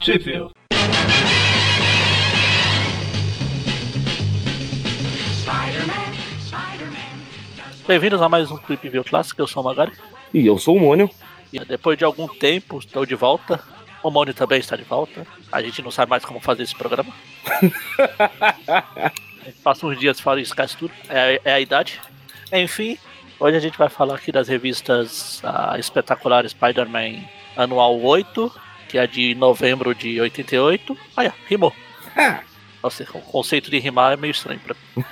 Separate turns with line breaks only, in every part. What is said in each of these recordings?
Sheffield. Bem-vindos a mais um Clip View Clássico, eu sou o Magari.
E eu sou o Mônio.
E depois de algum tempo, estou de volta. O Mônio também está de volta. A gente não sabe mais como fazer esse programa. Passa uns dias fora e esquece tudo. É, é a idade. Enfim, hoje a gente vai falar aqui das revistas ah, espetaculares Spider-Man Anual 8, que é de novembro de 88. Ah, é, rimou.
Ah.
Nossa, o conceito de rimar é meio estranho pra mim.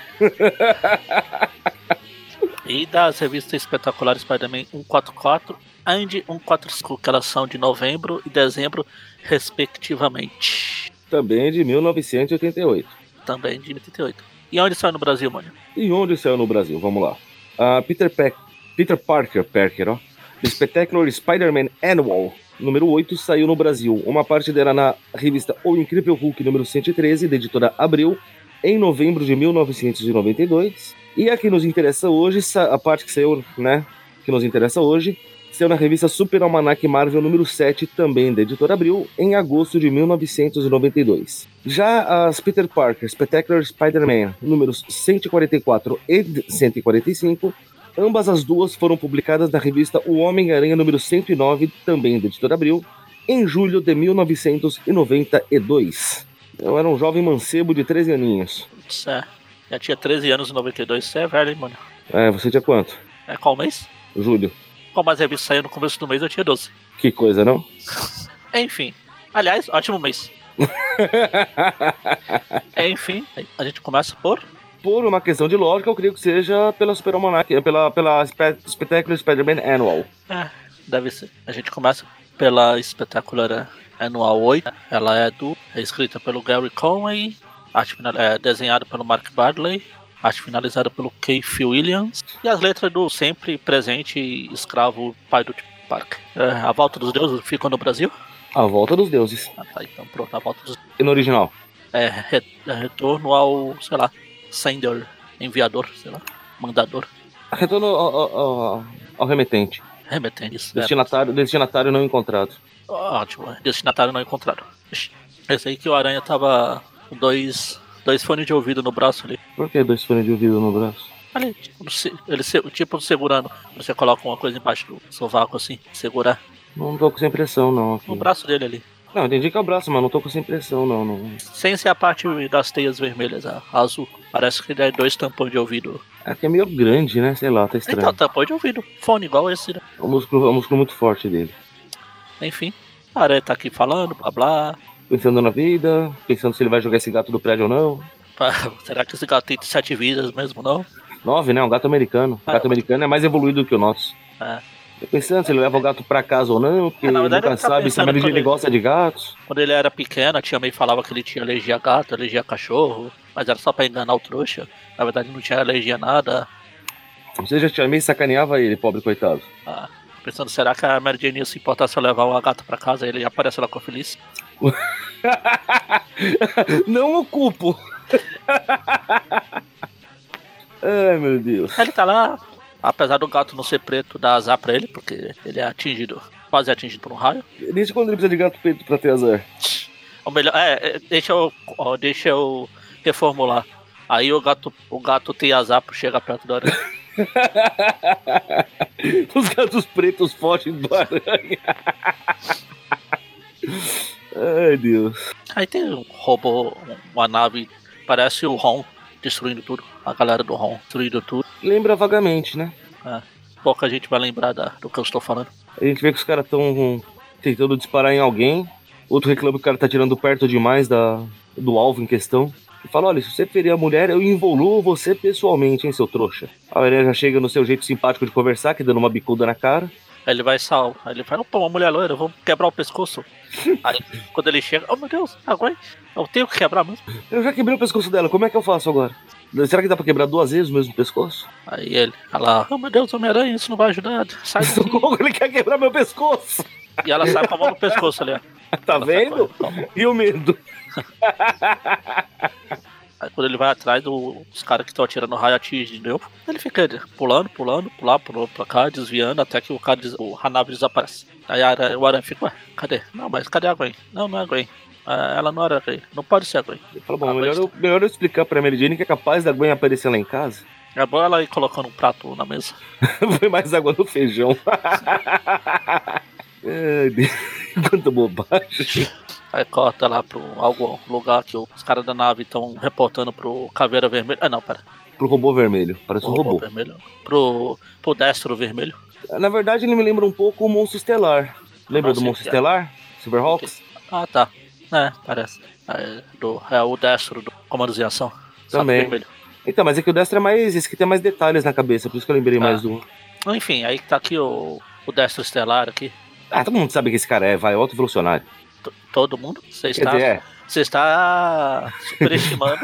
e das revistas espetaculares Spider-Man 144 and 145, que elas são de novembro e dezembro, respectivamente.
Também de 1988.
Também de 88. E onde saiu no Brasil, mano?
E onde saiu no Brasil? Vamos lá. Ah, Peter, Peck- Peter Parker, Parker, ó. The Spectacular Spider-Man Annual, número 8, saiu no Brasil. Uma parte dela na revista O Incrível Hulk, número 113, da editora Abril, em novembro de 1992. E a que nos interessa hoje, sa- a parte que saiu, né, que nos interessa hoje, saiu na revista Super Almanac Marvel, número 7, também da editora Abril, em agosto de 1992. Já as Peter Parker Spectacular Spider-Man, números 144 e 145, Ambas as duas foram publicadas na revista O Homem-Aranha número 109, também da editora Abril, em julho de 1992. Eu era um jovem mancebo de 13 aninhos.
Isso é. Já tinha 13 anos em 92, isso é velho, hein, mano?
É, você tinha quanto?
É qual mês?
Júlio.
Qual mais revista saiu no começo do mês, eu tinha 12.
Que coisa, não?
Enfim. Aliás, ótimo mês. Enfim, a gente começa por.
Por uma questão de lógica, eu creio que seja pela Super Almanac, pela, pela Spe- Spectacular Spider-Man Annual.
É, deve ser. A gente começa pela espetacular anual 8. Ela é do. É escrita pelo Gary Conway, arte final, é desenhada pelo Mark Bradley, arte finalizada pelo Keith Williams. E as letras do sempre presente escravo pai do Tim Parker. É, a volta dos deuses ficam no Brasil.
A Volta dos Deuses.
Ah, tá, então pronto, a volta dos
E no original?
é, re- é, retorno ao, sei lá, sender, enviador, sei lá, mandador,
Retorno ao, ao- ao- ao remetente.
remetente. isso, é.
Destinatário, destinatário não encontrado.
Ótimo, destinatário não encontrado. Pensei que o Aranha tava com dois, dois fones de ouvido no braço ali.
Por que dois fones de ouvido no braço?
Ali, tipo, se- ele, se- tipo segurando. Você coloca uma coisa embaixo do sovaco assim, segurar
Não tô com essa impressão, não. Aqui.
no braço dele ali.
Não, entendi que é o braço, mas não tô com essa impressão, não. não.
Sem ser a parte das teias vermelhas, a a azul. Parece que ele é dois tampões de ouvido.
É que é meio grande, né? Sei lá, tá estranho.
Então, tampão de ouvido. Fone igual esse, né?
É um músculo, é um músculo muito forte dele.
Enfim, a Aranha tá aqui falando, blá blá.
Pensando na vida, pensando se ele vai jogar esse gato do prédio ou não.
Pá, Será que esse gato tem sete vidas mesmo, não?
Nove, né? Um gato americano. O
Ah,
gato americano é mais evoluído que o nosso.
É.
Tô Pensando se ele leva o gato pra casa ou não, porque
É, na
ele
verdade,
nunca
ele tá
sabe se a
pensando
Mary Jane
quando ele-
gosta de gatos.
Quando ele era pequeno, a tia May falava que ele tinha alergia a gato, alergia a cachorro, mas era só pra enganar o trouxa. Na verdade, não tinha alergia a nada.
Ou seja, a tia May sacaneava ele, pobre coitado.
Ah, pensando, será que a Mary Jane ia se importar se eu levar uma gata pra casa? Ele aparece lá com a Feliz.
não ocupo. Ai, meu Deus.
Ele tá lá, apesar do gato não ser preto, dá azar pra ele, porque ele é atingido, quase atingido por um raio.
Desde quando ele precisa de gato preto pra ter azar?
Ou melhor, é, é, deixa eu, ó, deixa eu reformular. Aí o gato, o gato tem azar por chegar perto da hora.
Os gatos pretos fogem do aranha. Ai, Deus.
Aí tem um robô, uma nave, parece o Ron destruindo tudo. A galera do Ron destruindo tudo.
Lembra vagamente, né?
Pouca gente vai lembrar da- do que eu estou falando.
A gente vê que os caras estão tentando disparar em alguém. Outro reclama que o cara tá tirando perto demais da, do alvo em questão. E fala, olha, se você ferir a mulher, eu involuo você pessoalmente, hein, seu trouxa. A mulher já chega no seu jeito simpático de conversar, que dando uma bicuda na cara.
Aí ele vai sal, aí ele fala, pô, uma mulher loira, vamos quebrar o pescoço. Aí quando ele chega, oh meu Deus, agora eu tenho que quebrar mesmo.
Eu já quebrei o pescoço dela, como é que eu faço agora? Será que dá pra quebrar duas vezes o mesmo pescoço?
Aí ele, ela, oh meu Deus, Homem-Aranha, isso não vai ajudar, sai daqui.
Socorro, ele quer quebrar meu pescoço!
E ela sai com a mão no pescoço ali, ó.
Tá
Ela sai
vendo?
com a mão.
E o medo?
Aí quando ele vai atrás do- dos caras que estão atirando raio atinge de novo, ele fica pulando, pulando, pular, pulando pra cá, desviando, até que o cara des- o Hanabi desaparece. Aí a ara- o aranha fica, ué, cadê? Não, mas cadê a Gwen? Não, não é a Gwen. Ah, Ela não era a Gwen. Não pode ser a Gwen.
Ele fala, bom,
Ah,
melhor,
mas-
eu, melhor eu explicar pra Mary Jane que é capaz da Gwen aparecer lá em casa.
É bom ela ir colocando um prato na mesa.
Foi mais água no feijão. Ai, Deus, Quanta bobagem.
Aí corta lá pro algum lugar que os caras da nave estão reportando pro Caveira Vermelho. Ah, não, pera.
Pro robô vermelho. Parece um robô.
vermelho. Pro, pro Destro Vermelho.
Na verdade, ele me lembra um pouco o Monstro Estelar. Lembra
Ah,
do
sim,
Monstro
é.
Estelar? Silverhawks?
Ah, tá. É, parece. É, do, é o Destro do Comando de Ação. Sabe,
Também.
vermelho.
Então, mas é que o Destro é mais. Esse aqui tem mais detalhes na cabeça, por isso que eu lembrei
Ah.
mais do. um.
Enfim, aí tá aqui o, o Destro Estelar aqui.
Ah, todo mundo sabe que esse cara é, vai, alto evolucionário.
T- Todo mundo? Você
Quer
está,
dizer, é.
você está superestimando.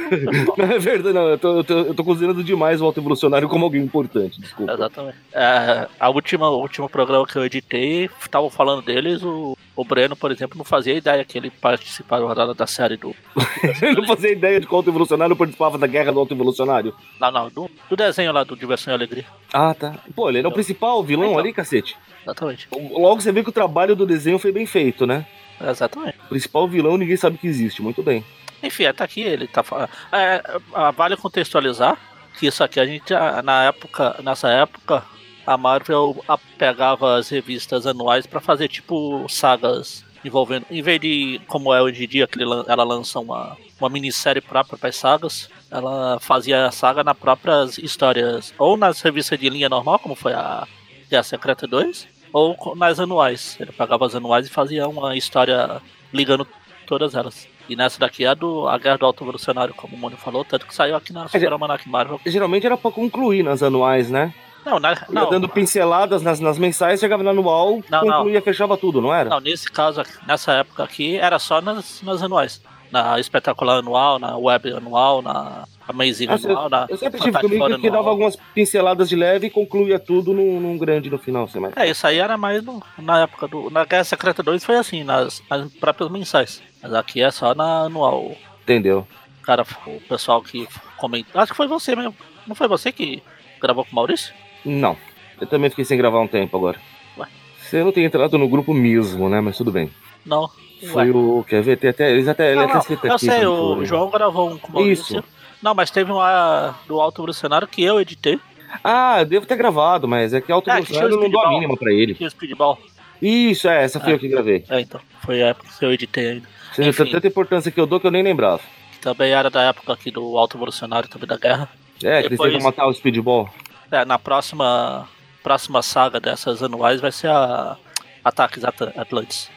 Não é verdade, não. Eu tô, eu tô, eu tô considerando demais o alto evolucionário como alguém importante, desculpa.
Exatamente. É, a última, o último programa que eu editei, estavam falando deles, o, o Breno, por exemplo, não fazia ideia que ele participava da, da série do.
Eu não fazia ideia de qual alto evolucionário participava da guerra do alto evolucionário.
Não, não, do, do desenho lá do Diversão e Alegria.
Ah, tá. Pô, ele era o
Então.
principal vilão
Então.
ali, cacete.
Exatamente.
Logo você vê que o trabalho do desenho foi bem feito, né?
Exatamente.
O principal vilão ninguém sabe que existe, muito bem.
Enfim, até aqui ele tá falando. É, é, vale contextualizar que isso aqui a gente, a- na época, nessa época, a Marvel a- pegava as revistas anuais pra fazer tipo sagas envolvendo. Em vez de, como é hoje em dia, que ele lan- ela lança uma, uma minissérie própria para sagas, ela fazia a saga nas próprias histórias, ou nas revistas de linha normal, como foi a Guerra Secreta 2, ou co- nas anuais. Ele pagava as anuais e fazia uma história ligando todas elas. E nessa daqui é a, do, a Guerra do Alto Evolucionário, como o Mônio falou, tanto que saiu aqui na Super Almanac Marvel.
Geralmente era pra concluir nas anuais, né?
Não, na,
Ia
não,
dando pinceladas nas, nas mensais, chegava no anual,
Não,
concluía, fechava tudo, não era?
Não, nesse caso, aqui- nessa época aqui, era só nas, nas anuais. Na espetacular anual, na web anual, na Amazing
Ah,
anual, na.
Eu sempre tive
Fantastic
comigo
Four
que dava
anual.
algumas pinceladas de leve e concluía tudo num, num grande no final, sei lá.
É, isso aí era mais no- na época do. Na Guerra Secreta 2 foi assim, nas, nas próprias mensais. Mas aqui é só na anual.
Entendeu?
O cara, o pessoal que comentou. Acho que foi você mesmo. Não foi você que gravou com o Maurício?
Não. Eu também fiquei sem gravar um tempo agora.
Ué.
Você não tem entrado no grupo mesmo, né? Mas tudo bem.
Não.
Foi
Ué.
o. Quer ver? Tem até, eles até. ele
Não,
até
não,
cita
eu
aqui,
sei,
quando
o
foi.
João gravou um com o Maurício.
Isso.
Não, mas teve uma do Alto Evolucionário que eu editei,
Ah, eu devo ter gravado, mas é que alto
Ah, que
evolucionário eu
show
não
de
dou a
bola.
mínima pra ele.
que é o Speedball.
Isso, é, essa foi eu que gravei.
É, então. Foi a época que eu editei ainda.
Ou seja,
Enfim.
tanta importância que eu dou que eu nem lembrava.
Que também era da época aqui do Alto Evolucionário, também da guerra.
É, que eles
Depois-
tentam matar o speedball.
É, na próxima, próxima saga dessas anuais vai ser a Ataques At Atlantes.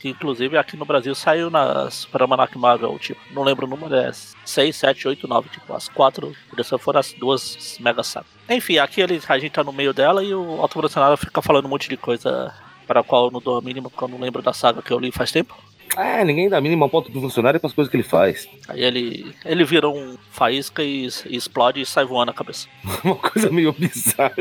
Que inclusive aqui no Brasil saiu na Super Almanac Marvel, tipo, não lembro o número, é 6, 7, 8, 9, tipo, as quatro, se foram as duas mega sagas. Enfim, aqui ele, a gente tá no meio dela e o Alto Evolucionário fica falando um monte de coisa para a qual eu não dou a mínima, porque eu não lembro da saga que eu li faz tempo.
É, ninguém dá a mínima ponto do funcionário pras coisas que ele faz.
Aí ele, ele vira um faísca e, es- e explode e sai voando a cabeça.
Uma coisa meio bizarra.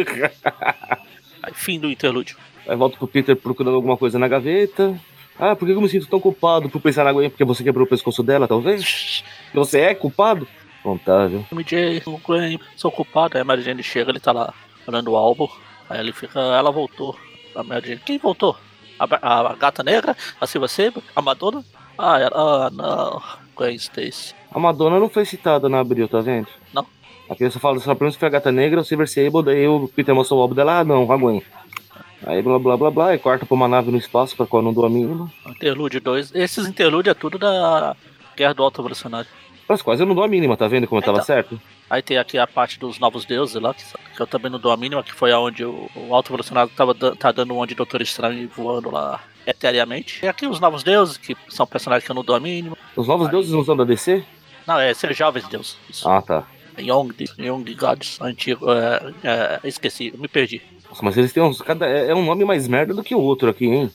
Aí, fim do interlúdio.
Aí volto pro Peter procurando alguma coisa na gaveta. Ah, por que eu me sinto tão culpado por pensar na Gwen? Porque você quebrou o pescoço dela, talvez? Você é culpado? Não tá, viu?
MJ, o Gwen, sou culpado. Aí a Mary Jane chega, ele tá lá olhando o álbum. Aí ele fica, ela voltou. A Mary Jane, quem voltou? A, ba- a- a gata negra? A Silva Sabre? A Madonna? Ah, ela, ah, não. Gwen Stacy.
A Madonna não foi citada na Abril, tá vendo?
Não.
Aqui só fala, só pergunta se foi a Gata Negra, o Silver Sable, daí o Peter mostrou o álbum dela, ah, não, a Gwen. Aí blá blá blá blá, e corta pra uma nave no espaço, pra qual eu não dou a mínima.
Interlude 2. Esses interlúdios é tudo da Guerra do Alto Evolucionário.
Pras quais eu não dou a mínima, tá vendo como eu tava
Então.
certo?
Aí tem aqui a parte dos novos deuses lá, que, que eu também não dou a mínima, que foi aonde o, o Alto Evolucionário tava, dan- tá dando onde Doutor Estranho e voando lá eteriamente. E aqui os novos deuses, que são personagens que eu não dou a mínima.
Os novos
Aí.
deuses não são da DC?
Não, é ser jovens deuses. Isso.
Ah, tá.
Young, Young Gods, antigo. É, é, esqueci, me perdi.
Nossa, mas eles têm uns, cada, é é um nome mais merda do que o outro aqui, hein?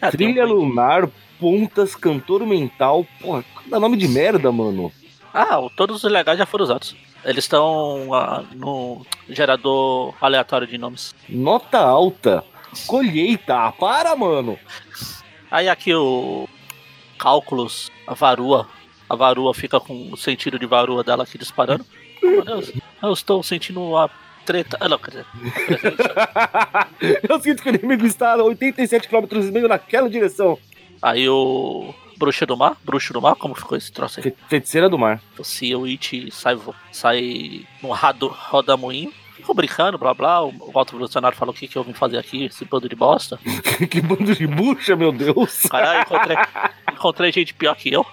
É,
Trilha
tem um-
Lunar, Pontas, Cantor Mental, porra, cada nome de merda, mano.
Ah, o- todos os legais já foram usados. Eles estão ah, no gerador aleatório de nomes.
Nota alta, colheita, ah, para, mano.
Aí aqui o Cálculos, a Varua, A varoa fica com o sentido de varoa dela aqui disparando. Meu Deus, eu estou sentindo a treta. Ah, não, quer dizer, a presença.
eu sinto que o inimigo está a 87 km e meio naquela direção.
Aí o. Bruxa do mar? Bruxo do mar? Como ficou esse troço aí?
Fe- Feiticeira do mar.
Se o It sai, vo- sai no rado, rodamoinho, ficou brincando, blá blá. O, o alto evolucionário falou: o que, que eu vim fazer aqui, esse bando de bosta?
que bando de bucha, meu Deus.
Caralho, encontrei, encontrei gente pior que eu.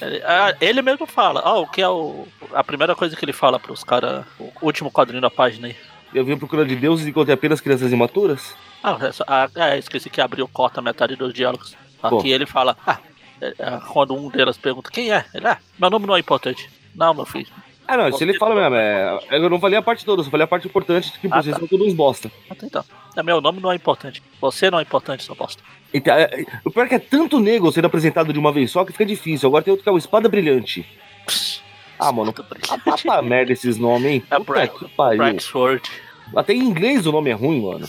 Ele, ah, ele mesmo fala, ó, o que é o. A primeira coisa que ele fala pros caras, o último quadrinho da página aí.
Eu vim à procura de Deus e encontrei apenas crianças imaturas?
Ah, é só- ah, é, esqueci que abriu cota a metade dos diálogos. Aqui
Pô.
ele fala, ah, é, é, quando um delas pergunta quem é, ele, ah, meu nome não é importante. Não, meu filho.
Ah, não, isso ele fala mesmo. é- eu não falei a parte toda, só falei a parte importante de que
Ah,
vocês
tá.
são todos uns bosta.
Até então. É, meu nome não é importante. Você não é importante, sua bosta.
Então, é- é- o pior é que é tanto nego sendo apresentado de uma vez só que fica difícil. Agora tem outro que é o Espada Brilhante.
Pss,
Ah, mano,
puta
a
brilhante.
papa merda esses nomes, hein?
É
Puta
Brack-
que pariu.
Black Sword,
Até em inglês o nome é ruim, mano.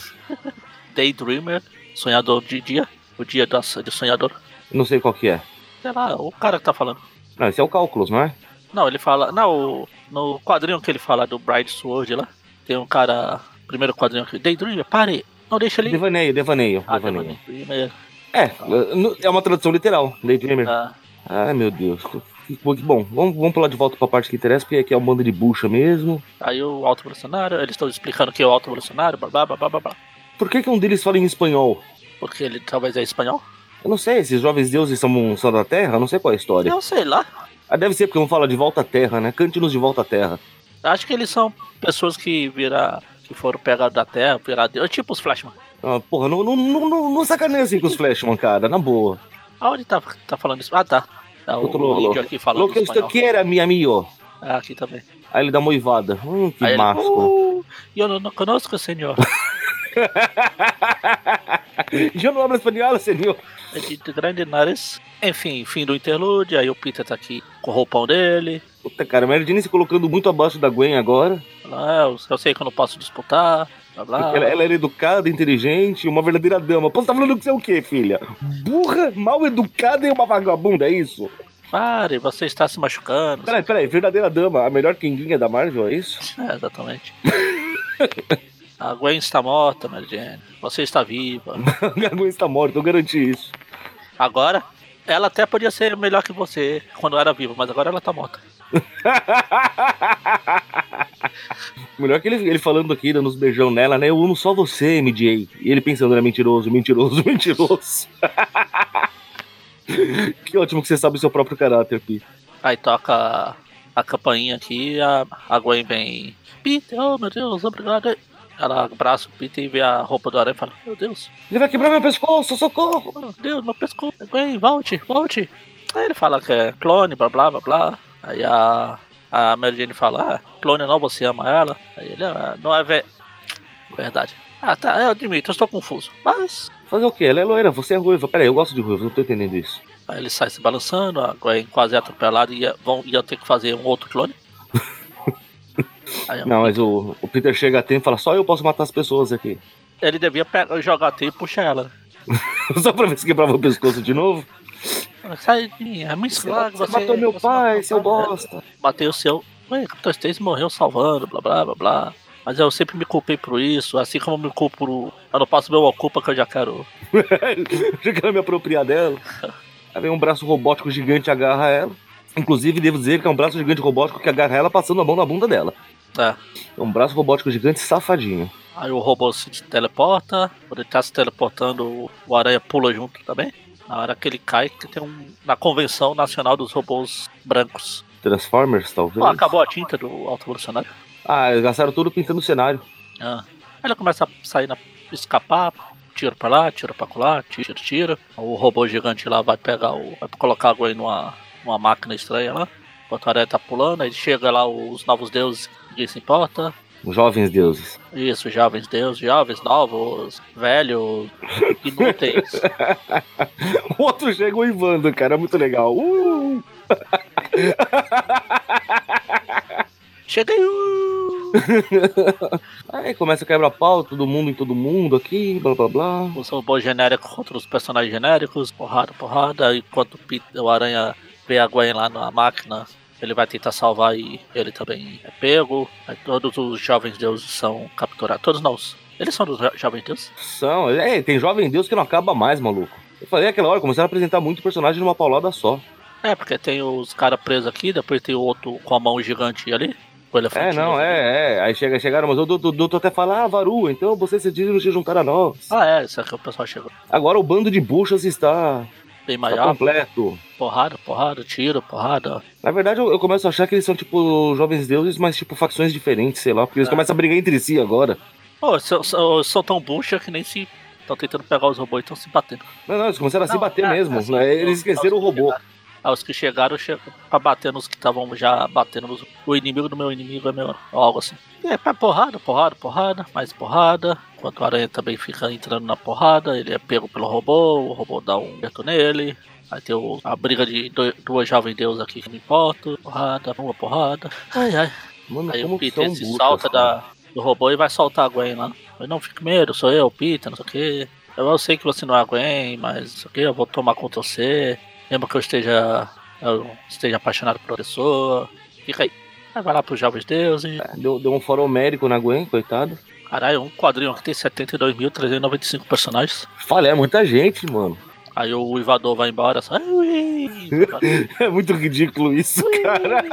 Daydreamer, Sonhador de Dia, o dia da- de Sonhador.
Eu Não sei qual que é.
Sei lá, o cara que tá falando.
Não, esse é o Cálculos, não é?
Não, ele fala. Não, o- no quadrinho que ele fala do Bride Sword lá, tem um cara. Primeiro quadrinho aqui, Daydreamer, pare! Não deixa ele.
Devaneio, devaneio,
Ah,
devaneio.
Daydreamer.
É, n- é uma tradução literal, Daydreamer.
ah,
Ai, meu Deus. Que- que- Bom, vamos, vamos pular de volta pra parte que interessa, porque aqui é um bando de bucha mesmo.
aí o Alto Bolsonaro, eles estão explicando que é o Alto Bolsonaro, blá blá blá blá blá, blá.
Por que, que um deles fala em espanhol?
Porque ele talvez é espanhol?
Eu não sei, esses jovens deuses são um só da Terra? Eu não sei qual é a história.
Eu sei lá.
Ah, deve ser porque um fala de volta à Terra, né? Cante-nos de volta à Terra.
Acho que eles são pessoas que vira, que foram pegadas da terra, virar Deus, tipo os Flashman.
Ah, porra, não, não, não, não, não sacaneia assim com os Flashman, cara, na boa.
Aonde tá, tá falando isso? Ah, tá. É o
Outro louco.
índio aqui falando
Lo que
espanhol.
usted quiera, mi amigo.
Ah, aqui também.
Aí ele dá uma uivada. Hum, que
Aí ele,
másculo.
"Uh, eu não, não conosco, senhor.
Já não habla espanhol, senhor.
É de, de grande nariz. Enfim, fim do interlude. Aí o Peter tá aqui com o roupão dele.
Puta, cara, Mary Jane se colocando muito abaixo da Gwen agora.
Fala, "Ah, eu, eu sei que eu não posso disputar. Blá blá.
Ela, ela era educada, inteligente, uma verdadeira dama. Pô, você tá falando que você é o quê, filha? Burra, mal educada e uma vagabunda, é isso?
Pare, você está se machucando.
Peraí, peraí, verdadeira dama, a melhor quinguinha da Marvel, é isso?
É, exatamente. A Gwen está morta, Mary Jane. Você está viva.
A Gwen está morta, eu garanti isso.
Agora, ela até podia ser melhor que você quando era viva, mas agora ela tá morta.
Melhor é que ele, ele falando aqui, dando uns beijão nela, né? Eu amo só você, MJ. E ele pensando, né? Mentiroso, mentiroso, mentiroso. que ótimo que você sabe o seu próprio caráter, Pi.
Aí toca a campainha aqui, a, a Gwen vem. Peter, oh meu Deus, obrigado. Ela abraça o Peter e vê a roupa do aranha e fala: Meu Deus,
Ele vai quebrar meu pescoço, socorro!
meu Deus, meu pescoço. Gwen, volte, volte. Aí ele fala que é clone, blá blá blá blá. Aí a, a Mary Jane fala: Ah, clone não, você ama ela. Aí ele: ah, Não é ve- verdade. Ah, tá, eu admito, eu estou confuso. Mas
Fazer o quê? Ela é loira, você é ruiva. Peraí, eu gosto de ruiva, não tô entendendo isso.
Aí ele sai se balançando, a Gwen quase é atropelada e ia, vão, ia ter que fazer um outro clone. Aí
Não, mas o, o Peter chega a tempo e fala, só eu posso matar as pessoas aqui.
Ele devia pegar, jogar a teia e puxar ela.
Só pra ver se quebrava o pescoço de novo.
Sai de mim, é muito
Você,
claro que
você matou meu pai,
matou
seu
meu pai.
bosta.
Matei o seu. Ué, Capitão Stacy morreu salvando, blá blá blá blá. Mas eu sempre me culpei por isso, assim como eu me culpo por. Eu não passo meu culpa que eu já quero.
Já quero me apropriar dela. Aí vem um braço robótico gigante e agarra ela. Inclusive, devo dizer que é um braço gigante robótico que agarra ela passando a mão na bunda dela.
É.
É um braço robótico gigante safadinho.
Aí o robô se teleporta, quando ele tá se teleportando, o aranha pula junto também. Na hora que ele cai, que tem um. Na Convenção Nacional dos Robôs Brancos.
Transformers, talvez.
Pô, acabou a tinta do alto evolucionário.
Ah, eles gastaram tudo pintando o cenário.
Ah. Aí ele começa a sair na. escapar, tiro pra lá, tiro pra lá, tiro, tiro. O robô gigante lá vai pegar o. vai colocar a Gwen numa, numa máquina estranha lá. Enquanto a aranha tá pulando, aí chega lá os novos deuses, ninguém se importa.
Jovens deuses.
Isso, jovens deuses, jovens novos, velhos, inúteis.
O outro chega uivando, cara. É muito legal. Uh!
Cheguei! uh!
Aí começa a quebrar pau, todo mundo em todo mundo aqui, blá blá blá.
Usa o robô genérico contra os personagens genéricos, porrada, porrada, enquanto o, Pit- o Aranha vê a Gwen lá na máquina, ele vai tentar salvar e ele também é pego. Aí todos os jovens deuses são capturados. Todos não. os- Eles são dos jo- jovens deuses?
São, é, tem jovem Deus que não acaba mais, maluco. Eu falei aquela hora, começaram a apresentar muito personagem numa paulada só.
É, porque tem os caras presos aqui, depois tem o outro com a mão gigante ali. O elefante. né?
É, não, é, é. Aí chega, chegaram, mas o doutor, doutor até fala, ah, Varu, então você se diz não se juntar a nós.
Ah, é, isso aqui o pessoal chegou.
Agora o bando de buchas está,
Bem
está
maior,
completo.
porrada, porrada, tiro, porrada.
Na verdade, eu, eu começo a achar que eles são, tipo, jovens deuses, mas, tipo, facções diferentes, sei lá, porque eles
Ah.
começam a brigar entre si agora.
Pô, são, são, são tão bucha que nem se. Estão tentando pegar os robôs e estão se batendo.
Não, não, eles começaram a se
Não,
bater
é,
mesmo.
é assim,
né? Eles
os-
esqueceram o
os que
robô.
chegaram- Ah, os que chegaram chegam pra bater nos que estavam já batendo nos. O inimigo do meu inimigo é meu. ou algo assim. E é pra porrada, porrada, porrada, mais porrada. Enquanto o aranha também fica entrando na porrada, ele é pego pelo robô, o robô dá um aperto nele. Aí tem o- a briga de dois, duas jovens deus aqui que não importa. Porrada, uma porrada. Ai ai.
Mano,
Aí
como
o Peter
são
se
buchas,
salta
cara.
da, do robô e vai soltar a Gwen lá. Mas não, fique com medo, sou eu, Peter, não sei o quê. Eu, eu sei que você não é a Gwen, mas não sei o quê, eu vou tomar conta de você. Lembra que eu esteja, eu esteja apaixonado por outra pessoa. Fica aí. Aí vai lá pro Jovens Deuses.
Deu, deu um fora homérico na Gwen, coitado.
Caralho, um quadrinho que tem 72.395 personagens.
Falha, é muita gente, mano.
Aí o invador vai embora, sai. Ui,
É muito ridículo isso, cara.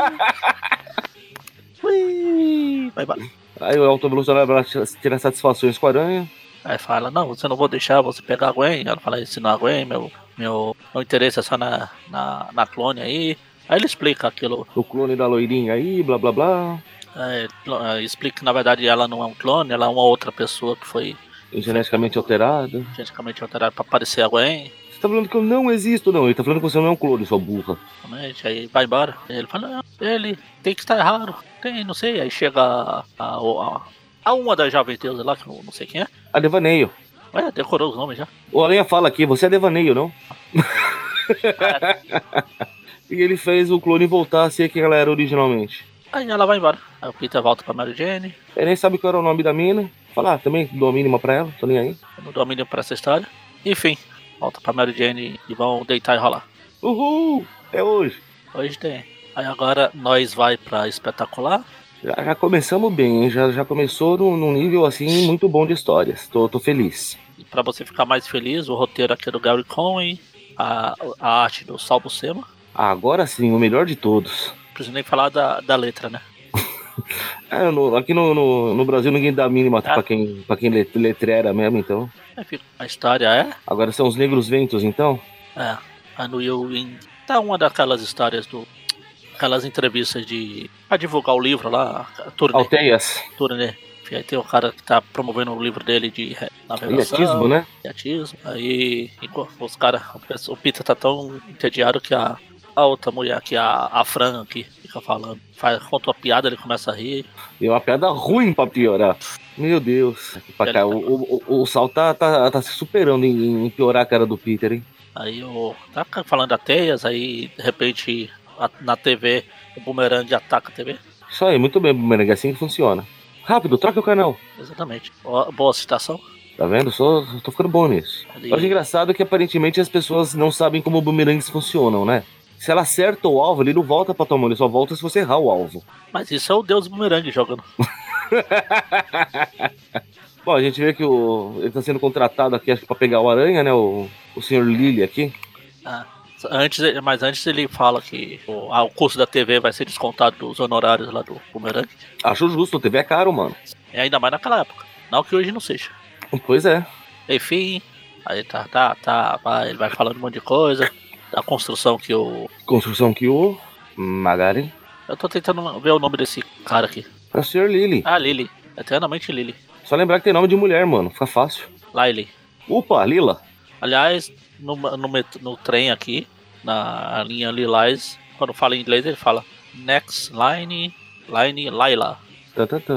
ui, vai embora.
Aí o autovelocionário vai lá tira- tirar satisfações com a aranha.
Aí fala, não, você não vou deixar você pegar a Gwen. Ela fala, isso não é a Gwen, meu, meu, meu interesse é só na, na, na clone aí. Aí ele explica aquilo,
O clone da loirinha aí, blá blá blá.
é, clo- é, explica que na verdade ela não é um clone, ela é uma outra pessoa que foi
Geneticamente alterada.
geneticamente alterada pra parecer a Gwen.
Você tá falando que eu não existo, não. Ele tá falando que você não é um clone, sua burra.
Realmente, aí vai embora. Aí Ele fala, não, ele tem que estar errado, tem, não sei. Aí chega a, a, a, a uma das jovens deusas lá, que eu não sei quem é.
A devaneio.
Ué, decorou os nomes já.
O Aranha fala aqui, você é devaneio, não? e ele fez o clone voltar a ser quem ela era originalmente.
Aí ela vai embora. Aí o Peter volta pra Mary Jane,
Ele nem sabe qual era o nome da mina. Falar, ah, também dou a mínima pra ela, tô nem aí.
no domínio pra essa história. Enfim, volta pra Mary Jane e vão deitar e rolar.
Uhul! É hoje.
Hoje tem. Aí agora nós vai pra espetacular.
Já, já começamos bem, hein? Já, já começou num, num nível assim muito bom de histórias. Tô, tô feliz.
E pra você ficar mais feliz, o roteiro aqui é do Gary Cohen, a, a arte do Sal Buscema.
Agora sim, o melhor de todos.
Não preciso nem falar da, da letra, né?
É, no- aqui no, no, no Brasil ninguém dá a mínima
Ah.
pra quem, pra quem let- letrera mesmo, então.
Aí fica- A história é.
Agora são os negros ventos, então?
É, a New Ewing tá uma daquelas histórias do. Aquelas entrevistas de. pra divulgar o livro lá, a turnê.
Alteias.
turnê. Enfim, Aí tem o cara que tá promovendo o livro dele de re- navegação.
Ilhatismo, né?
Iatismo. Aí enquanto os caras, o Peter tá tão entediado que a, a outra mulher aqui, a, a Fran aqui, fica falando. Faz, conta uma piada, ele começa a rir.
E é uma piada ruim pra piorar. Meu Deus. Pra cá, o, o, o- o Sal tá, tá, tá se superando em, em piorar a cara do Peter, hein?
Aí o. Tá ca- falando da Teias, aí de repente a- na TV o bumerangue ataca a TV.
Isso aí, muito bem, Bumerangue, é assim que funciona. Rápido, troca o canal.
Exatamente. Ó, Boa citação.
Tá vendo? Só tô ficando bom nisso.
Ali.
Mas o engraçado é que aparentemente as pessoas não sabem como bumerangues funcionam, né? Se ela acerta o alvo, ele não volta pra tua mão, ele só volta se você errar o alvo.
Mas isso é o deus bumerangue jogando.
Bom, a gente vê que o, ele tá sendo contratado aqui, acho que pra pegar o Aranha, né? O, o senhor Lily aqui.
Antes, ele- mas antes ele fala que o, ah, o custo da TV vai ser descontado dos honorários lá do bumerangue.
Acho justo, o TV é caro, mano.
E ainda mais naquela época. Não que hoje não seja.
Pois é.
Enfim, aí tá, tá, tá, vai, ele vai falando um monte de coisa. Da construção que o.
Construção que o Magari.
Eu tô tentando ver o nome desse cara aqui.
É o senhor Lily.
Ah, Lily. Eternamente Lily.
Só lembrar que tem nome de mulher, mano. Fica fácil.
Lily.
Opa, Lila.
Aliás, no, no, met- no trem aqui, na linha Lilás, quando fala em inglês, ele fala Next Line, Line Laila.
Tá, tá, tá.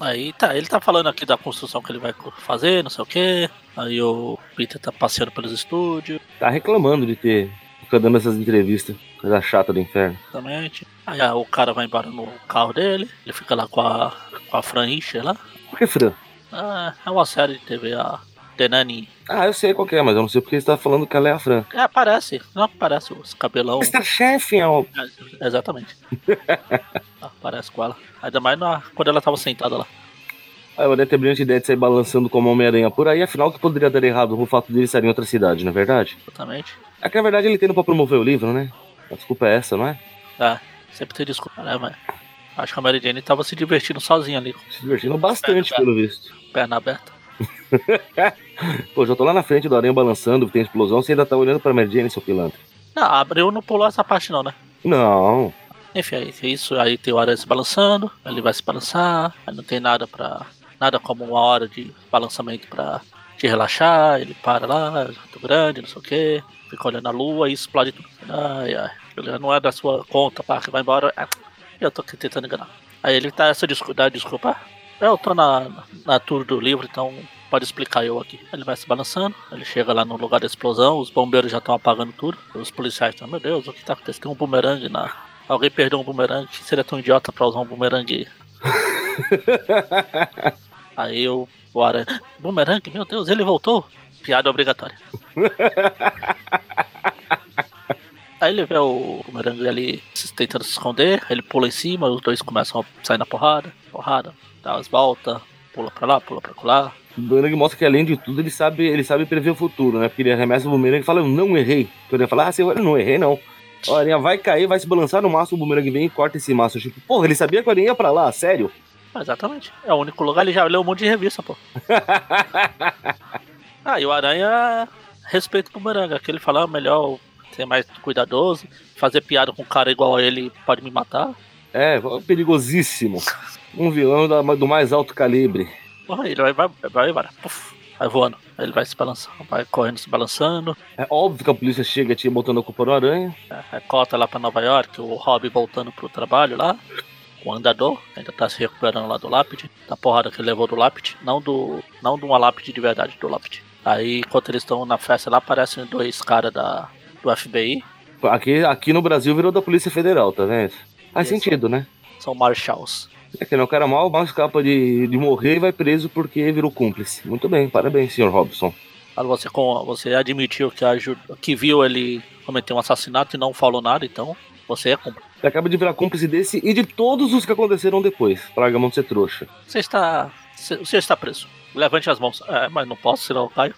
Aí tá, ele tá falando aqui da construção que ele vai co- fazer, não sei o que. Aí o Peter tá passeando pelos estúdios,
Tá reclamando de ter ficado dando essas entrevistas. Coisa chata do inferno.
exatamente. Aí ah, o cara vai embora no carro dele, ele fica lá com a com a Fran Hischer lá.
Por que Fran?
Ah, é uma série de TV, a Denani.
Ah, eu sei qual que é, mas eu não sei porque você tá falando que ela é a Fran.
É, parece, não parece os cabelão.
Masterchef é o.
É, Exatamente. Ah, parece com ela. Ainda mais na, quando ela tava sentada lá.
Ah, eu deve ter brilhante ideia de sair balançando como Homem-Aranha por aí, afinal, o que poderia dar errado no fato dele estar em outra cidade, não é verdade?
Exatamente.
É que na verdade ele tem pra promover o livro, né? A desculpa é essa, não é?
Ah, sempre tem desculpa, né, mas Acho que a Mary Jane tava se divertindo sozinha ali, com
Se divertindo bastante,
É, é.
pelo visto.
a perna aberta.
Pô, já tô lá na frente do aranha balançando, tem explosão, você ainda tá olhando pra Mary Jane, seu pilantra.
Não, abriu não pulou essa parte não, né?
Não.
Enfim, aí tem isso, aí tem o aranha se balançando, ele vai se balançar, aí não tem nada pra. nada como uma hora de balançamento pra te relaxar, ele para lá, é muito grande, não sei o que, fica olhando a lua e explode tudo. Ai, ai, ele não é da sua conta, pá, que vai embora. Ah, Eu tô aqui tentando enganar. Aí ele tá essa desculpa, dá desculpa. "Ah, Eu tô na, na tour do livro, então pode explicar eu aqui. Ele vai se balançando, ele chega lá no lugar da explosão, os bombeiros já estão apagando tudo, os policiais estão, meu Deus, o que tá acontecendo? Tem um bumerangue na, Alguém perdeu um bumerangue, que seria tão idiota pra usar um bumerangue. Aí o o aranha. Bumerangue, meu Deus, ele voltou? Piada obrigatória. Aí ele vê o bumerangue ali se- tentando se esconder, ele pula em cima, os dois começam a sair na porrada, porrada, dá umas voltas, pula pra lá, pula pra lá.
O Bumerang mostra que além de tudo ele sabe, ele sabe prever o futuro, né? Porque ele arremessa o bumerangue e fala, eu não errei. Então ele fala, ah, senhor, eu não errei não. Ó, A aranha vai cair, vai se balançar no maço, o bumerangue vem e corta esse maço. Eu achei que, porra, ele sabia que a aranha ia pra lá, sério?
Ah, Exatamente. É o único lugar, ele já leu um monte de revista, pô. ah, e o Aranha respeita o Bumerangue, aquele ele fala, ah, melhor ser mais cuidadoso, fazer piada com um cara igual a ele pode me matar.
É, perigosíssimo. Um vilão da- do mais alto calibre.
Porra, ele vai, vai, vai, vai, puf, vai voando. Aí Ele vai se balançando, vai correndo, se balançando.
É óbvio que a polícia chega te botando a culpa no aranha.
É, cota lá pra Nova York, o Rob voltando pro trabalho lá. O andador ainda tá se recuperando lá do lápide, da porrada que ele levou do lápide, não do. não de uma lápide de verdade, do lápide. Aí enquanto eles estão na festa lá, aparecem dois caras da do FBI,
Aqui, aqui no Brasil virou da Polícia Federal, tá vendo? Faz
Isso.
sentido, né?
são marshals.
É que não, o cara mal, mal escapa de, de morrer e vai preso porque virou cúmplice. Muito bem, parabéns, senhor Robson.
Aí Você, com- você admitiu que, ajudou, que viu ele cometer um assassinato e não falou nada, então você é cúmplice.
Você acaba de virar cúmplice desse e de todos os que aconteceram depois. Praga mão de ser trouxa.
Você está. Você está preso. Levante as mãos. É, mas não posso, senão eu caio.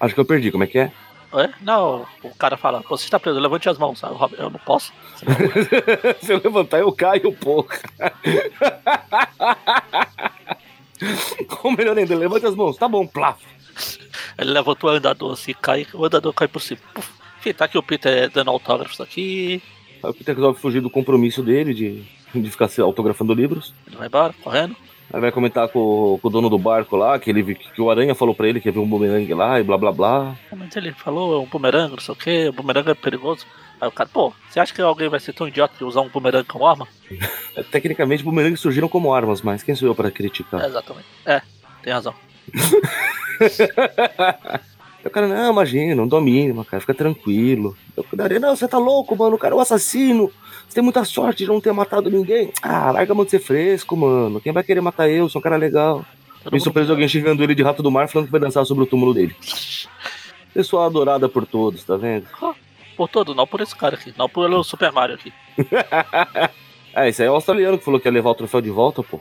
Acho que eu perdi, como é que é?
É? Não, o cara fala, você está preso, levante as mãos. Aí o Robin, Eu não posso. senão eu caio."
Se eu levantar, eu caio, um porra. Ou melhor ainda, levante as mãos. Tá bom, plaf.
Ele levantou o andador assim, cai, o andador cai por cima. Puf. Enfim, tá aqui o Peter dando autógrafos aqui.
Aí o Peter resolve fugir do compromisso dele de, de ficar se autografando livros.
Ele vai embora, correndo.
Aí vai comentar com, o- com o dono do barco lá, que, ele, vi- que o Aranha falou pra ele que havia um bumerangue lá e blá blá blá.
Mas ele falou, é um bumerangue, não sei o que, o bumerangue é perigoso. Aí o cara, pô, você acha que alguém vai ser tão idiota de usar um bumerangue como arma?
É, Tecnicamente, bumerangues surgiram como armas, mas quem sou eu pra criticar?
É, exatamente. É, tem razão.
Aí O cara, não, imagina, não dou a mínima, cara, fica tranquilo. Eu cuidaria, não, você tá louco, mano, o cara é um assassino. Você tem muita sorte de não ter matado ninguém. Ah, larga a mão de ser fresco, mano. Quem vai querer matar eu? Sou um cara legal.
Todo
Me surpreendeu alguém xingando ele de rato do mar, falando que vai dançar sobre o túmulo dele. Pessoa adorada por todos, tá vendo?
Por todo, não por esse cara aqui, não pelo Super Mario aqui.
É, isso aí é o australiano que falou que ia levar o troféu de volta, pô.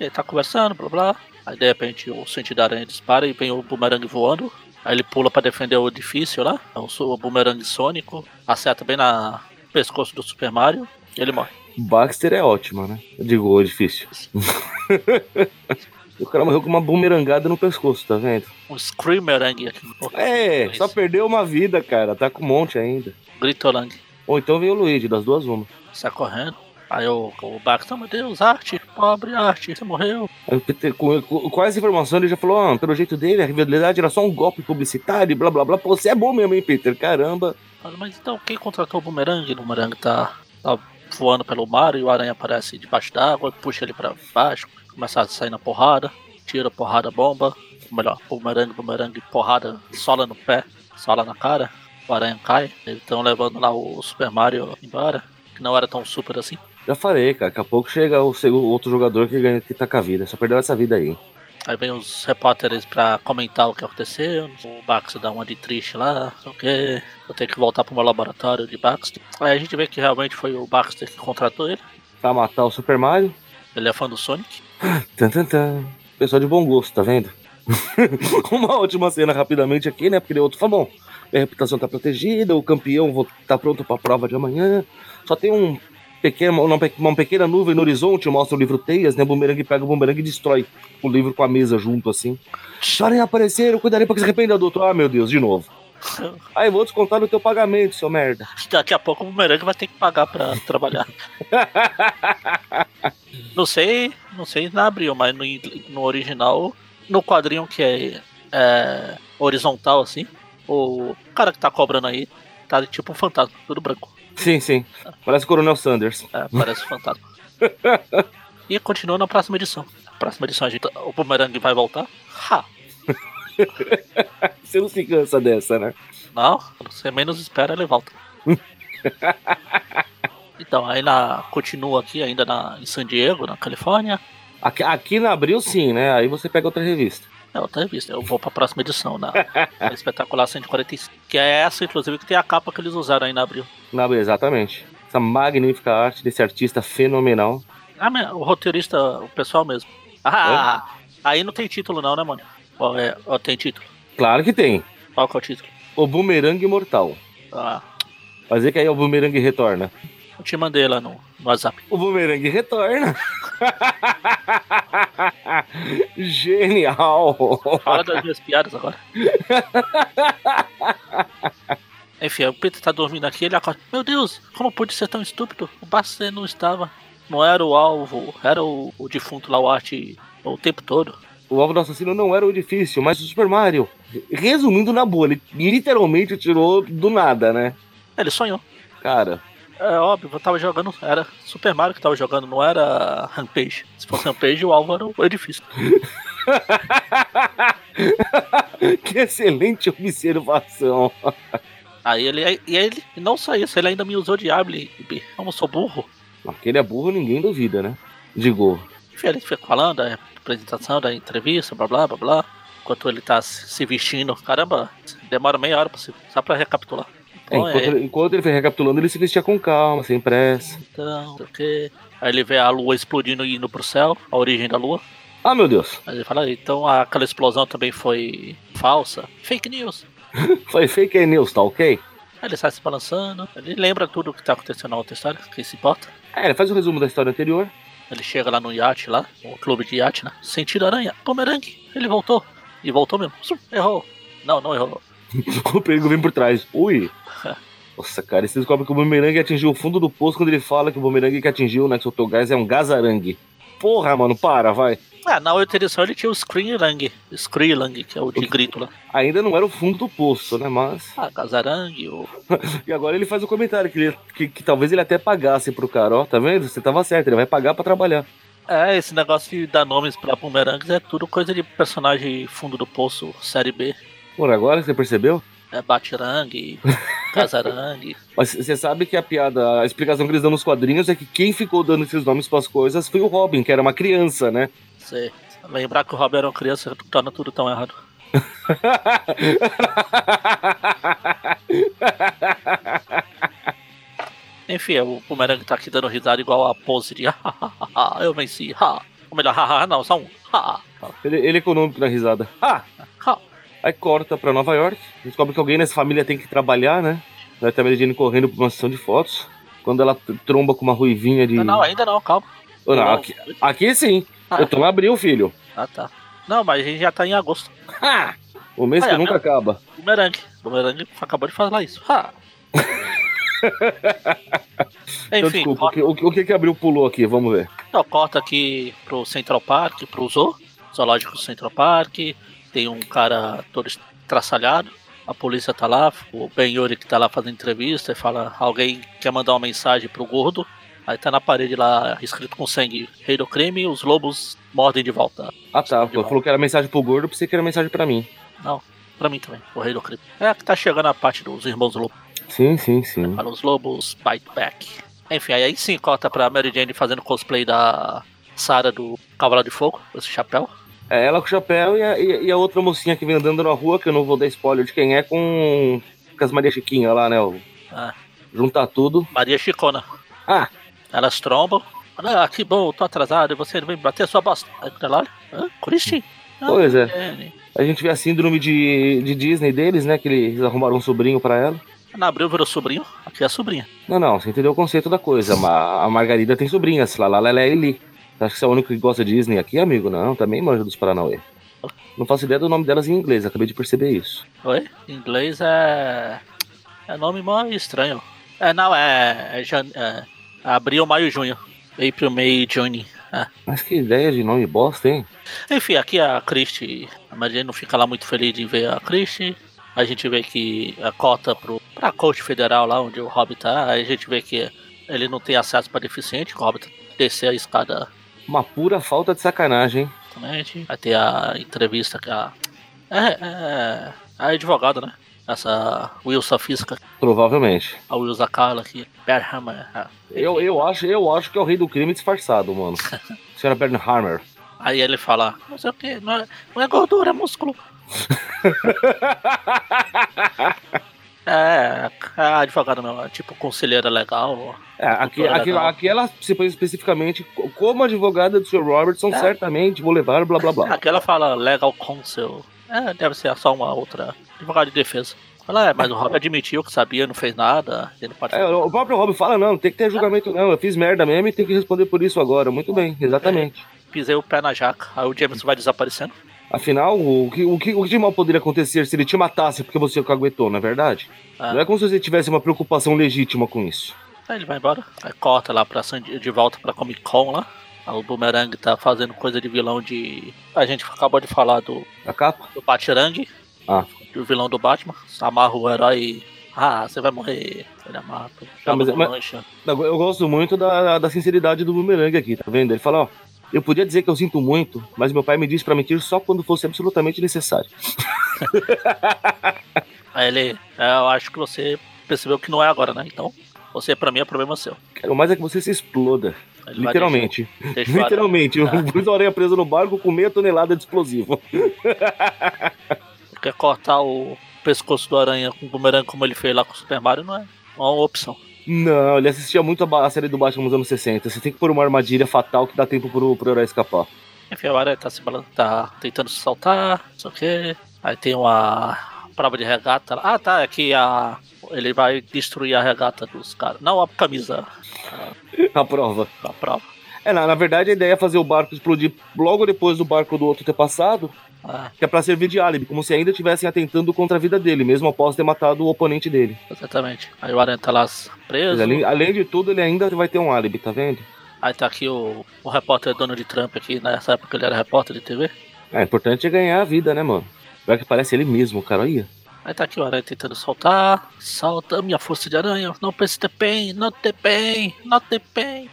Ele tá conversando, blá blá. Aí de repente o sentido da aranha dispara e vem o bumerangue voando. Aí ele pula pra defender o edifício lá. É um su- o bumerangue sônico. Acerta bem na no pescoço do Super Mario. E ele morre.
Baxter é ótima, né? Eu digo, é difícil. o cara morreu com uma bumerangada no pescoço, tá vendo?
Um Screamerangue aqui. Um
É, só perdeu uma vida, cara. Tá com um monte ainda.
Gritorangue.
Ou então veio o Luigi, das duas uma.
Sai correndo. Aí o, o Bax, oh meu Deus, arte, pobre arte, você morreu.
Aí o Peter, com, com, com essa informação, ele já falou: ah, pelo jeito dele, a rivalidade era só um golpe publicitário e blá blá blá. Pô, você é bom mesmo, hein, Peter? Caramba.
Mas, mas então quem contratou o bumerangue? O bumerangue tá, tá voando pelo mar e o aranha aparece debaixo d'água, puxa ele pra baixo, começa a sair na porrada, tira porrada bomba, ou melhor, bumerangue, bumerangue, porrada, sola no pé, sola na cara, o aranha cai, eles estão levando lá o Super Mario embora, que não era tão super assim.
Já falei, cara. Daqui a pouco chega o, seg- o outro jogador que ganha que tá com a vida. Só perdeu essa vida aí.
Aí vem os repórteres pra comentar o que aconteceu. O Baxter dá uma de triste lá, não sei o quê. Eu tenho que voltar pro meu laboratório de Baxter. Aí a gente vê que realmente foi o Baxter que contratou ele.
Pra matar o Super Mario.
Ele é fã do Sonic.
Tan, tan, tan. Pessoal de bom gosto, tá vendo? Uma última cena rapidamente aqui, né? Porque deu outro falou, bom, minha reputação tá protegida, o campeão vou tá pronto pra prova de amanhã. Só tem um pequeno, uma, pe- uma pequena nuvem no horizonte, mostra o livro Teias, né? O bumerangue pega o bumerangue e destrói o livro com a mesa junto, assim. Parem aparecer, eu cuidarei pra que se arrependa do outro. Ah, meu Deus, de novo. Aí vou descontar no teu pagamento, seu merda.
Daqui a pouco o Bumerangue vai ter que pagar pra trabalhar. não sei, não sei na abril, mas no, in- no original, no quadrinho que é, é, horizontal assim, o cara que tá cobrando aí tá tipo um fantasma, tudo branco.
Sim, sim. Parece o Coronel Sanders.
É, parece um fantasma. e continua na próxima edição. Na próxima edição a gente, o Bumerangue vai voltar. Ha!
Você não se cansa dessa, né?
Não, quando você menos espera, ele volta. então, aí na, continua aqui ainda na, em San Diego, na Califórnia.
Aqui, aqui na Abril, sim, né? Aí você pega outra revista.
É outra revista, eu vou pra próxima edição, na, na Espetacular 145. Que é essa, inclusive, que tem a capa que eles usaram aí na abril.
Na Abril, exatamente. Essa magnífica arte desse artista fenomenal.
Ah, mas o roteirista, o pessoal mesmo. Ah, aí não tem título não, né, mano? Ó, é, ó, tem título.
Claro que tem.
Qual que é o título?
O Bumerangue Imortal.
Ah,
Fazer que aí o Bumerangue retorna.
eu te mandei lá no, no WhatsApp.
O Bumerangue retorna. Genial.
Fala das minhas piadas agora. Enfim, o Peter tá dormindo aqui, ele acorda. Meu Deus, como pude ser tão estúpido? O Bastet não estava. Não era o alvo, era o, o defunto lá, o Art, o tempo todo.
O alvo do assassino não era o edifício, mas o Super Mario. Resumindo na boa, ele literalmente tirou do nada, né?
Ele sonhou.
Cara,
É óbvio, eu tava jogando, era Super Mario que tava jogando, não era Rampage. Se fosse Rampage, o alvo era o edifício.
que excelente observação.
Aí ele, e ele, e não só isso, ele ainda me usou de Able. Como eu sou burro.
Aquele é burro, ninguém duvida, né? Digo,
Enfim, ele fica falando da apresentação, da entrevista, blá blá blá blá. Enquanto ele tá se se vestindo, caramba, demora meia hora pra se, só pra recapitular.
é,
Então,
enquanto,
é,
ele, enquanto ele foi recapitulando, ele se vestia com calma, sem pressa.
então, não sei o quê. Aí ele vê a lua explodindo e indo pro céu, a origem da lua.
Ah, meu Deus,
Aí ele fala, então aquela explosão também foi falsa, fake news.
foi fake news, tá ok?
Aí ele sai se balançando, ele lembra tudo o que tá acontecendo na outra história, quem se importa.
É, ele faz o resumo da história anterior.
Ele chega lá no iate lá, no clube de iate, né? Sentido aranha, bumerangue, ele voltou. E voltou mesmo. Zum, Errou. Não, não errou.
O perigo vem por trás. Ui! Nossa, cara, e você descobre que o bumerangue atingiu o fundo do poço quando ele fala que o bumerangue que atingiu o Nexotogás é um gazarangue. Porra, mano, para, vai.
Ah, na outra edição ele tinha o Skrillang, Skrillang, que é o de grito lá.
Ainda não era o fundo do poço, né? Mas.
Ah, Gazarang, o...
E agora ele faz o comentário que, ele- que, que talvez ele até pagasse pro cara, ó, tá vendo? Você tava certo, ele vai pagar pra trabalhar.
É, esse negócio de dar nomes pra bumerangues é tudo coisa de personagem fundo do poço, série B.
Por agora, você percebeu?
É Batirang, Gazarang.
Mas você sabe que a piada, a explicação que eles dão nos quadrinhos é que quem ficou dando esses nomes pras coisas foi o Robin, que era uma criança, né?
Você lembrar que o Rob era uma criança torna tudo tão errado. Enfim, o bumerangue tá aqui dando risada igual a pose de "Ah, eu venci, ha. Ou melhor, haha, não, só um. Ha, ha,
Ele, ele é econômico na risada. Ah!
ha.
Aí corta pra Nova York, descobre que alguém nessa família tem que trabalhar, né? Ela tá Mary Jane correndo pra uma sessão de fotos. Quando ela t- tromba com uma ruivinha de.
Não, não, ainda não, calma.
Oh, não, aqui, aqui sim.
Ah.
Eu tô no abril, filho.
Ah, tá. Não, mas a gente já tá em agosto.
Ha! O mês que
Ah! Olha,
nunca
meu-
acaba.
Bumerangue. Bumerangue acabou de falar isso. Ha.
Então,
Enfim,
desculpa, o
corta,
que, o que- o que que abril pulou aqui? Vamos ver.
não, corta aqui pro Central Park, pro Zoo, Zoológico Central Park. Tem um cara todo traçalhado. A polícia tá lá, o Ben Yuri que tá lá fazendo entrevista e fala: alguém quer mandar uma mensagem pro gordo. Aí tá na parede lá, escrito com sangue: Rei do crime, os lobos mordem de volta.
Ah tá, pô, falou que era mensagem pro gordo, pensei que era mensagem pra mim.
Pra mim também, o Rei do crime. É que tá chegando a parte dos irmãos lobos.
Sim, sim, sim.
Para os lobos, bite back. Enfim, aí em 5 corta pra Mary Jane fazendo cosplay da Sarah do Cavalo de Fogo, esse chapéu.
É ela com o chapéu e a, e a outra mocinha que vem andando na rua, que eu não vou dar spoiler de quem é, com, com as Maria Chiquinha lá, né? o-
Ah.
Juntar tudo.
Maria Chicona.
Ah,
Elas trombam. Olha, ah, que bom, tô atrasado, e você não vem me bater sua bosta. Aí quando ela olha, hã? Christine? Ah,
pois é.
Jane.
A gente vê a síndrome de, de Disney deles, né? Que eles arrumaram um sobrinho pra ela.
Ana Abreu virou sobrinho, aqui é a sobrinha.
Não, não, você entendeu o conceito da coisa. Ma- A Margarida tem sobrinhas, lá, lá, lá, lá, e Li. Você acha que você é o único que gosta de Disney aqui, amigo? Não, também manja dos Paranauê. Não faço ideia do nome delas em inglês, acabei de perceber isso.
Oi? Em inglês é. É nome mó estranho. É, não, é. é, jan- é abril, maio, junho. April, May, June. É.
Mas que ideia de nome bosta, hein?
Enfim, aqui a Christie, a Maria não fica lá muito feliz de ver a Christie. A gente vê que a cota pro, pra corte federal lá onde o Hobbit tá, aí a gente vê que ele não tem acesso pra deficiente, que o Hobbit descer a escada
Uma pura falta de sacanagem, hein?
totalmente. Vai ter a entrevista com a. É, é, a advogada, né? Essa Wilson Física,
Provavelmente.
a Wilson Carla aqui, Berham, é, é.
Eu, eu, acho, eu acho que é o rei do crime disfarçado, mano. Senhora Bernheimer.
Aí ele fala, não sei o que, não é, não é gordura, é músculo. É, a advogada mesmo, é tipo conselheira legal.
É, aqui, aqui, aqui ela se põe especificamente co- como advogada do Sr. Robertson,
É.
certamente vou levar, blá blá blá.
Aqui ela fala legal counsel. É, deve ser só uma outra advogada de defesa. Ela é, mas o Rob admitiu que sabia, não fez nada, ele não pode
É, o próprio Rob fala, não, não tem que ter julgamento não, eu fiz merda mesmo e tenho que responder por isso agora. Muito bem, exatamente.
pisei o pé na jaca. Aí o James vai desaparecendo.
Afinal, o que, o, que, o que de mal poderia acontecer se ele te matasse porque você o aguentou, não é verdade?
É.
Não é como se você tivesse uma preocupação legítima com isso.
Aí ele vai embora. Aí corta lá pra San- de volta pra Comic Con lá. Aí o Boomerang tá fazendo coisa de vilão de. A gente acabou de falar do,
A capa?
do Batirang,
Ah.
do vilão do Batman. Amarra o herói. Ah, você vai morrer. Ele amarra.
Ah, mas-
joga no
mas-
lancha.
Eu eu gosto muito da, da sinceridade do Boomerang aqui, tá vendo? Ele fala, ó, eu podia dizer que eu sinto muito, mas meu pai me disse pra mentir só quando fosse absolutamente necessário.
Aí ele. é, eu acho que você percebeu que não é agora, né? Então, você pra mim é problema seu.
Quero mais é que você se exploda,
Aí ele vai
literalmente.
deixar- deixa o aranha-
Literalmente, o Bruce da Aranha preso no barco com meia tonelada de explosivo.
Quer cortar o pescoço do aranha com o bumerangue como ele fez lá com o Super Mario, não é não é uma opção.
Não, ele assistia muito a, ba- a série do Batman nos anos 60. Você tem que pôr uma armadilha fatal que dá tempo pro, pro herói escapar.
Enfim, o aranha tá se balan- tá tentando se saltar, não sei o quê. Aí tem uma prova de regata lá. Ah, tá, é que a... ele vai destruir a regata dos caras. Não a camisa
A prova.
da prova.
É, na, na verdade a ideia é fazer o barco explodir logo depois do barco do outro ter passado,
Ah,
que é pra servir de álibi, como se ainda estivessem atentando contra a vida dele, mesmo após ter matado o oponente dele.
exatamente. Aí o aranha tá lá
Mas
preso.
além, além de tudo, ele ainda vai ter um álibi, tá vendo?
Aí tá aqui o, o repórter Donald Trump aqui, nessa época ele era repórter de TV.
É, o importante é ganhar a vida, né, mano? Pior que parece ele mesmo, cara, olha.
Aí tá aqui o aranha tentando soltar. Solta minha força de aranha. Não pense ter pain, não ter pain, não ter pain.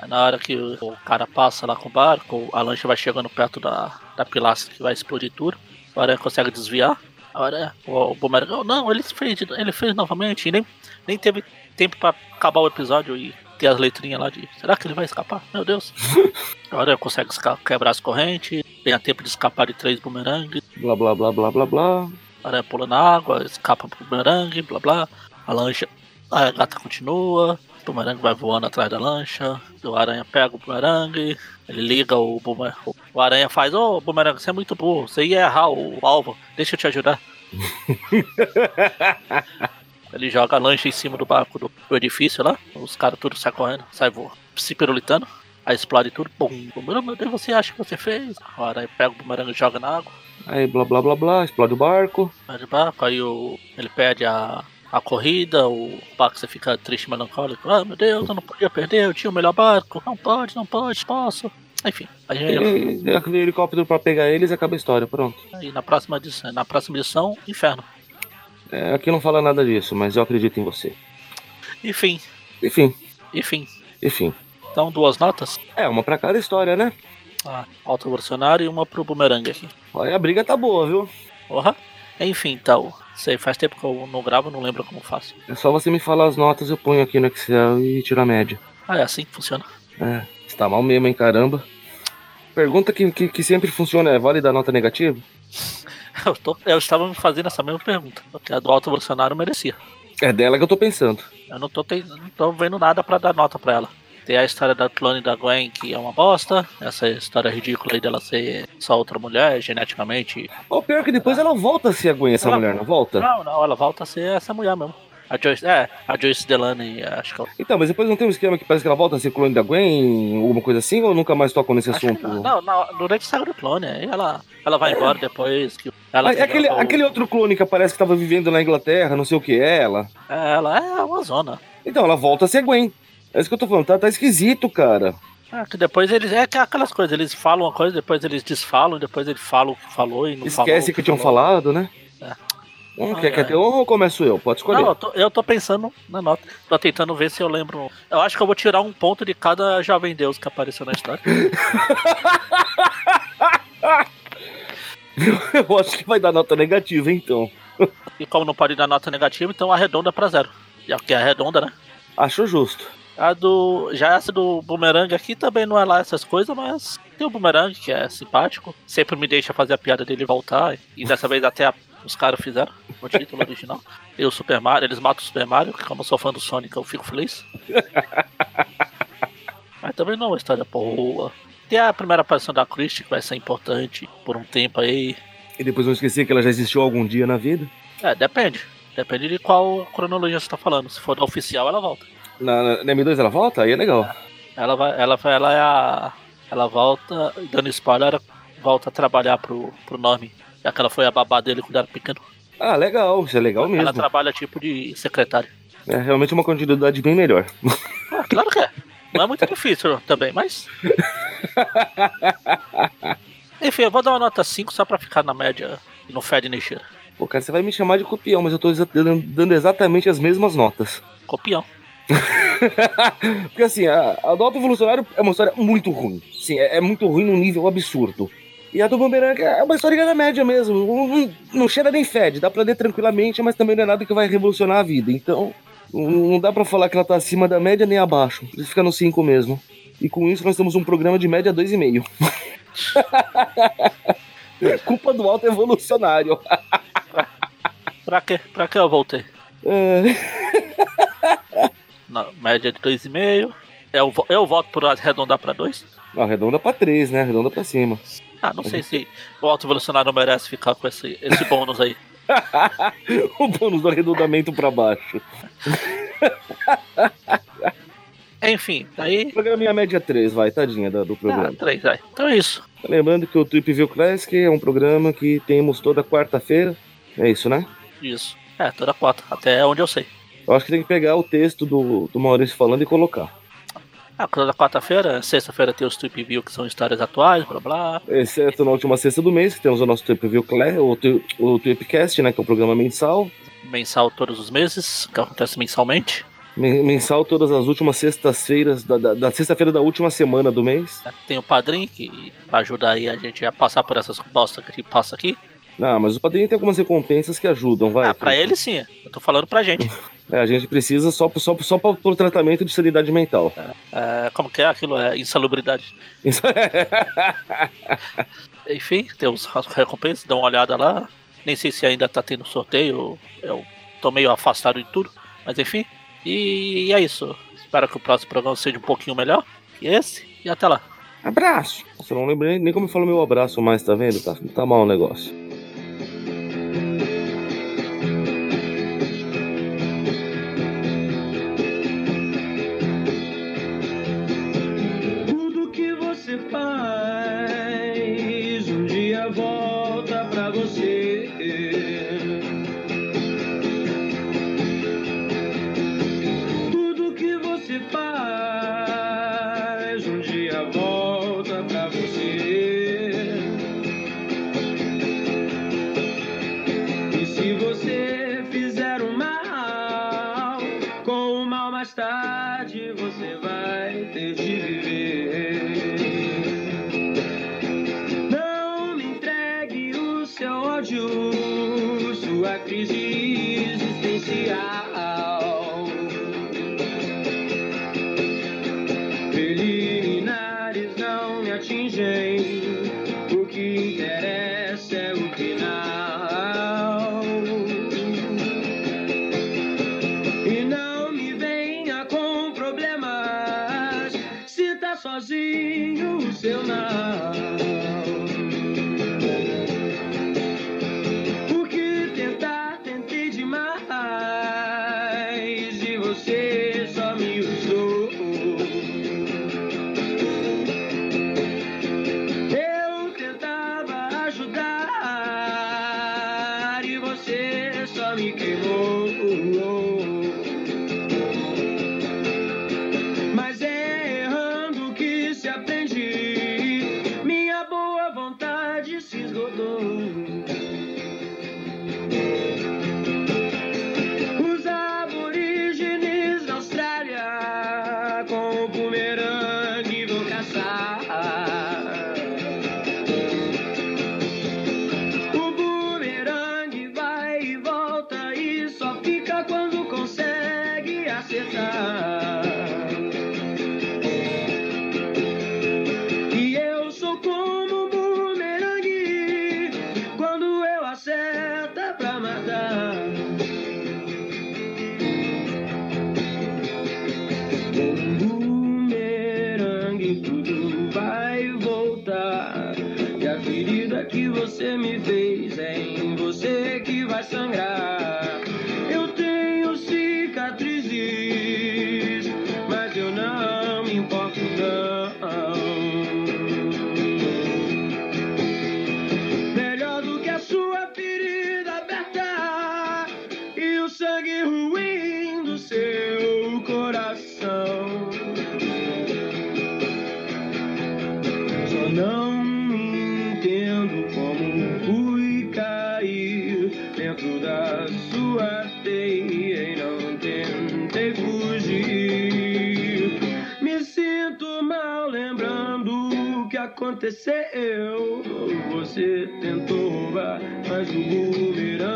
Aí na hora que o o cara passa lá com o barco, a lancha vai chegando perto da, da pilastra que vai explodir tudo. O aranha consegue desviar. A aranha, o, o bumerangue, "Oh, não, ele fez, de- ele fez novamente. E nem, nem teve tempo pra acabar o episódio e ter as letrinhas lá de. Será que ele vai escapar? Meu Deus. a aranha consegue esca- quebrar as correntes. Tem a tempo de escapar de três bumerangues.
Blá, blá, blá, blá, blá, blá.
A aranha pula na água, escapa pro bumerangue, blá blá. A lancha, a gata continua, o bumerangue vai voando atrás da lancha, o aranha pega o bumerangue, ele liga o bumerangue. O aranha faz, ô bumerangue, você é muito burro, você ia errar o alvo, deixa eu te ajudar. ele joga a lancha em cima do barco do, do edifício lá, os caras tudo saem correndo, sai voando, se pirulitando. Aí explode tudo, pum, bumerangue, meu Deus, você acha que você fez? O aranha pega o bumerangue e joga na água.
Aí, blá, blá, blá, blá, explode o barco.
Vai de barco, aí o, ele perde a, a corrida, o Baxter fica triste, melancólico. Ah, meu Deus, eu não podia perder, eu tinha o melhor barco. Não pode, não pode, posso. Enfim, aí,
E- e- Aquele helicóptero pra pegar eles e acaba a história, pronto.
aí na, próxima edição, na próxima edição, inferno.
É, aqui não fala nada disso, mas eu acredito em você.
Enfim,
Enfim,
enfim.
enfim.
Então, duas notas.
É, uma pra cada história, né?
Ah, alto evolucionário e uma pro bumerangue aqui.
Olha, a briga tá boa, viu?
Porra. Enfim, então. Sei, faz tempo que eu não gravo, não lembro como faço.
É só você me falar as notas, eu ponho aqui no Excel e tiro a média.
Ah, é assim que funciona.
É, você tá mal mesmo, hein, caramba. Pergunta que, que, que sempre funciona é, vale dar nota negativa?
Eu, tô- eu estava me fazendo essa mesma pergunta. Porque a do Alto Bolsonaro merecia.
É dela que eu tô pensando.
Eu não tô, ten- não tô vendo nada pra dar nota pra ela. Tem a história da Clone e da Gwen, que é uma bosta. Essa história ridícula aí dela ser só outra mulher, geneticamente.
O pior é que depois ela volta a se aguenha, essa
Ela-
mulher, não volta?
Não, não, ela volta a ser essa mulher mesmo. A Joyce, é, a Joyce Delany, acho que ela.
Então, mas depois não tem um esquema que parece que ela volta a ser clone da Gwen, alguma coisa assim, ou nunca mais tocam nesse
acho que
assunto?
não, não, não, durante a saga do clone, aí ela, ela vai embora depois que ela.
Ah, é aquele,
ela-
aquele outro clone que parece que tava vivendo na Inglaterra, não sei o que é ela.
Ela é uma zona.
Então, ela volta a ser Gwen. É isso que eu tô falando, tá, tá esquisito, cara.
É, que depois eles. É que aquelas coisas, eles falam uma coisa, depois eles desfalam, depois eles falam o que falou e não falou.
Esquece que tinham
falou.
falado, né?
É.
Hum,
Ai,
quer, quer
ai.
ter honra ou começo eu? Pode escolher.
Não, eu tô, eu tô pensando na nota. Tô tentando ver se eu lembro. Eu acho que eu vou tirar um ponto de cada Jovem Deus que apareceu na história.
eu acho que vai dar nota negativa, então.
E como não pode dar nota negativa, então arredonda pra zero. Já que é arredonda, né?
Acho justo.
A do. Já essa do boomerang aqui também não é lá essas coisas, mas tem o boomerang que é simpático. Sempre me deixa fazer a piada dele voltar. E dessa vez até a- os caras fizeram o título original. E o Super Mario, eles matam o Super Mario, que como eu sou fã do Sonic, eu fico feliz. Mas também não é uma história boa. Tem a primeira aparição da Christie, que vai ser importante por um tempo aí.
E depois não esquecer que ela já existiu algum dia na vida.
É, depende. Depende de qual cronologia você tá falando. Se for da oficial, ela volta.
Na, na- na M2 ela volta? Aí é legal.
Ela vai, ela vai, ela é a, ela volta, dando spoiler, ela volta a trabalhar pro, pro nome. Já que ela foi a babá dele quando era pequeno.
Ah, legal, isso é legal mesmo.
Ela trabalha tipo de secretária.
É realmente uma continuidade bem melhor.
Ah, claro que é. Não é muito difícil também, mas. Enfim, eu vou dar uma nota 5 só pra ficar na média e não fede nem cheira.
Pô, cara, você vai me chamar de copião, mas eu tô exa- dando dando exatamente as mesmas notas.
Copião.
Porque assim, a, a do Alto Evolucionário é uma história muito ruim. Sim, é, é muito ruim num nível absurdo. E a do Boomerang é uma história da média mesmo. Não, não- não cheira nem fede. Dá pra ler tranquilamente, mas também não é nada que vai revolucionar a vida. Então, não, não dá pra falar que ela tá acima da média nem abaixo. Precisa ficar no 5 mesmo. E com isso nós temos um programa de média 2,5. É Culpa do Alto Evolucionário.
Pra que, pra que eu voltei?
É.
Na média de 2,5. Eu, vo- eu volto por arredondar pra 2.
Não, arredonda Ah, pra 3, né? Arredonda pra cima.
Ah, não sei se o Alto Evolucionário merece ficar com esse, esse bônus aí.
o bônus do arredondamento pra baixo.
Enfim,
O
aí.
programa é a média 3, vai, tadinha da- do
Ah,
programa.
três, vai. Então é isso.
Lembrando que o Trip View Classic é um programa que temos toda quarta-feira. É isso, né?
Isso. É, toda quarta, até onde eu sei.
Eu acho que tem que pegar o texto do, do Maurício falando e colocar.
Ah, toda quarta-feira, sexta-feira tem os Trip View, que são histórias atuais, blá blá.
Exceto na última sexta do mês, que temos o nosso Trip View Classic, o, Tri- o Tripcast, né? Que é um programa mensal.
Mensal todos os meses, que acontece mensalmente.
Men- Mensal todas as últimas sextas-feiras, da, da- da sexta-feira da última semana do mês.
Tem o Padrim, que ajuda aí a gente a passar por essas bosta que a gente passa aqui.
Não, Ah, mas o padrinho tem algumas recompensas que ajudam, vai.
Ah, pra ele sim, eu tô falando pra gente.
É, a gente precisa só, pro- só, pro- só pro- pro tratamento de sanidade mental.
É, como que é aquilo? É insalubridade.
Isso é.
Enfim, tem os as recompensas, dá uma olhada lá. Nem sei se ainda tá tendo sorteio, eu tô meio afastado de tudo, mas enfim. E é isso. Espero que o próximo programa seja um pouquinho melhor que esse. E até lá.
Abraço! Nossa, eu não lembro nem, nem como eu falo meu abraço mais, tá vendo? Tá, tá mal o negócio.
Tudo que você faz um dia volta pra você. Tudo que você faz um dia volta pra você. E se você fizer o mal, com o mal mais tarde você vai ter de viver. Não me entregue o seu ódio, da crise existencial. Preliminares não me atingem, o que interessa é o final. E não me venha com problemas, se tá sozinho o seu não. Porque tentar, tentei demais e você só me usou. Eu tentava ajudar e você só me queimou. Mas é errando que se aprende. Minha boa vontade se esgotou. Os aborígenes da Austrália com o bumerangue vão caçar. O bumerangue vai e volta e só fica quando consegue acertar. E eu sou como um bumerangue quando eu acerto pra matar. Um bumerangue tudo vai voltar. E a ferida que você me fez é em você que vai sangrar. Eu tenho cicatrizes, mas eu não me importo não. Melhor do que a sua ferida aberta e o sangue ruim do seu coração. Só não entendo como fui cair dentro da sua teia e não tentei fugir. Me sinto mal lembrando o que aconteceu. Você tentou roubar, mas o bumerangue. é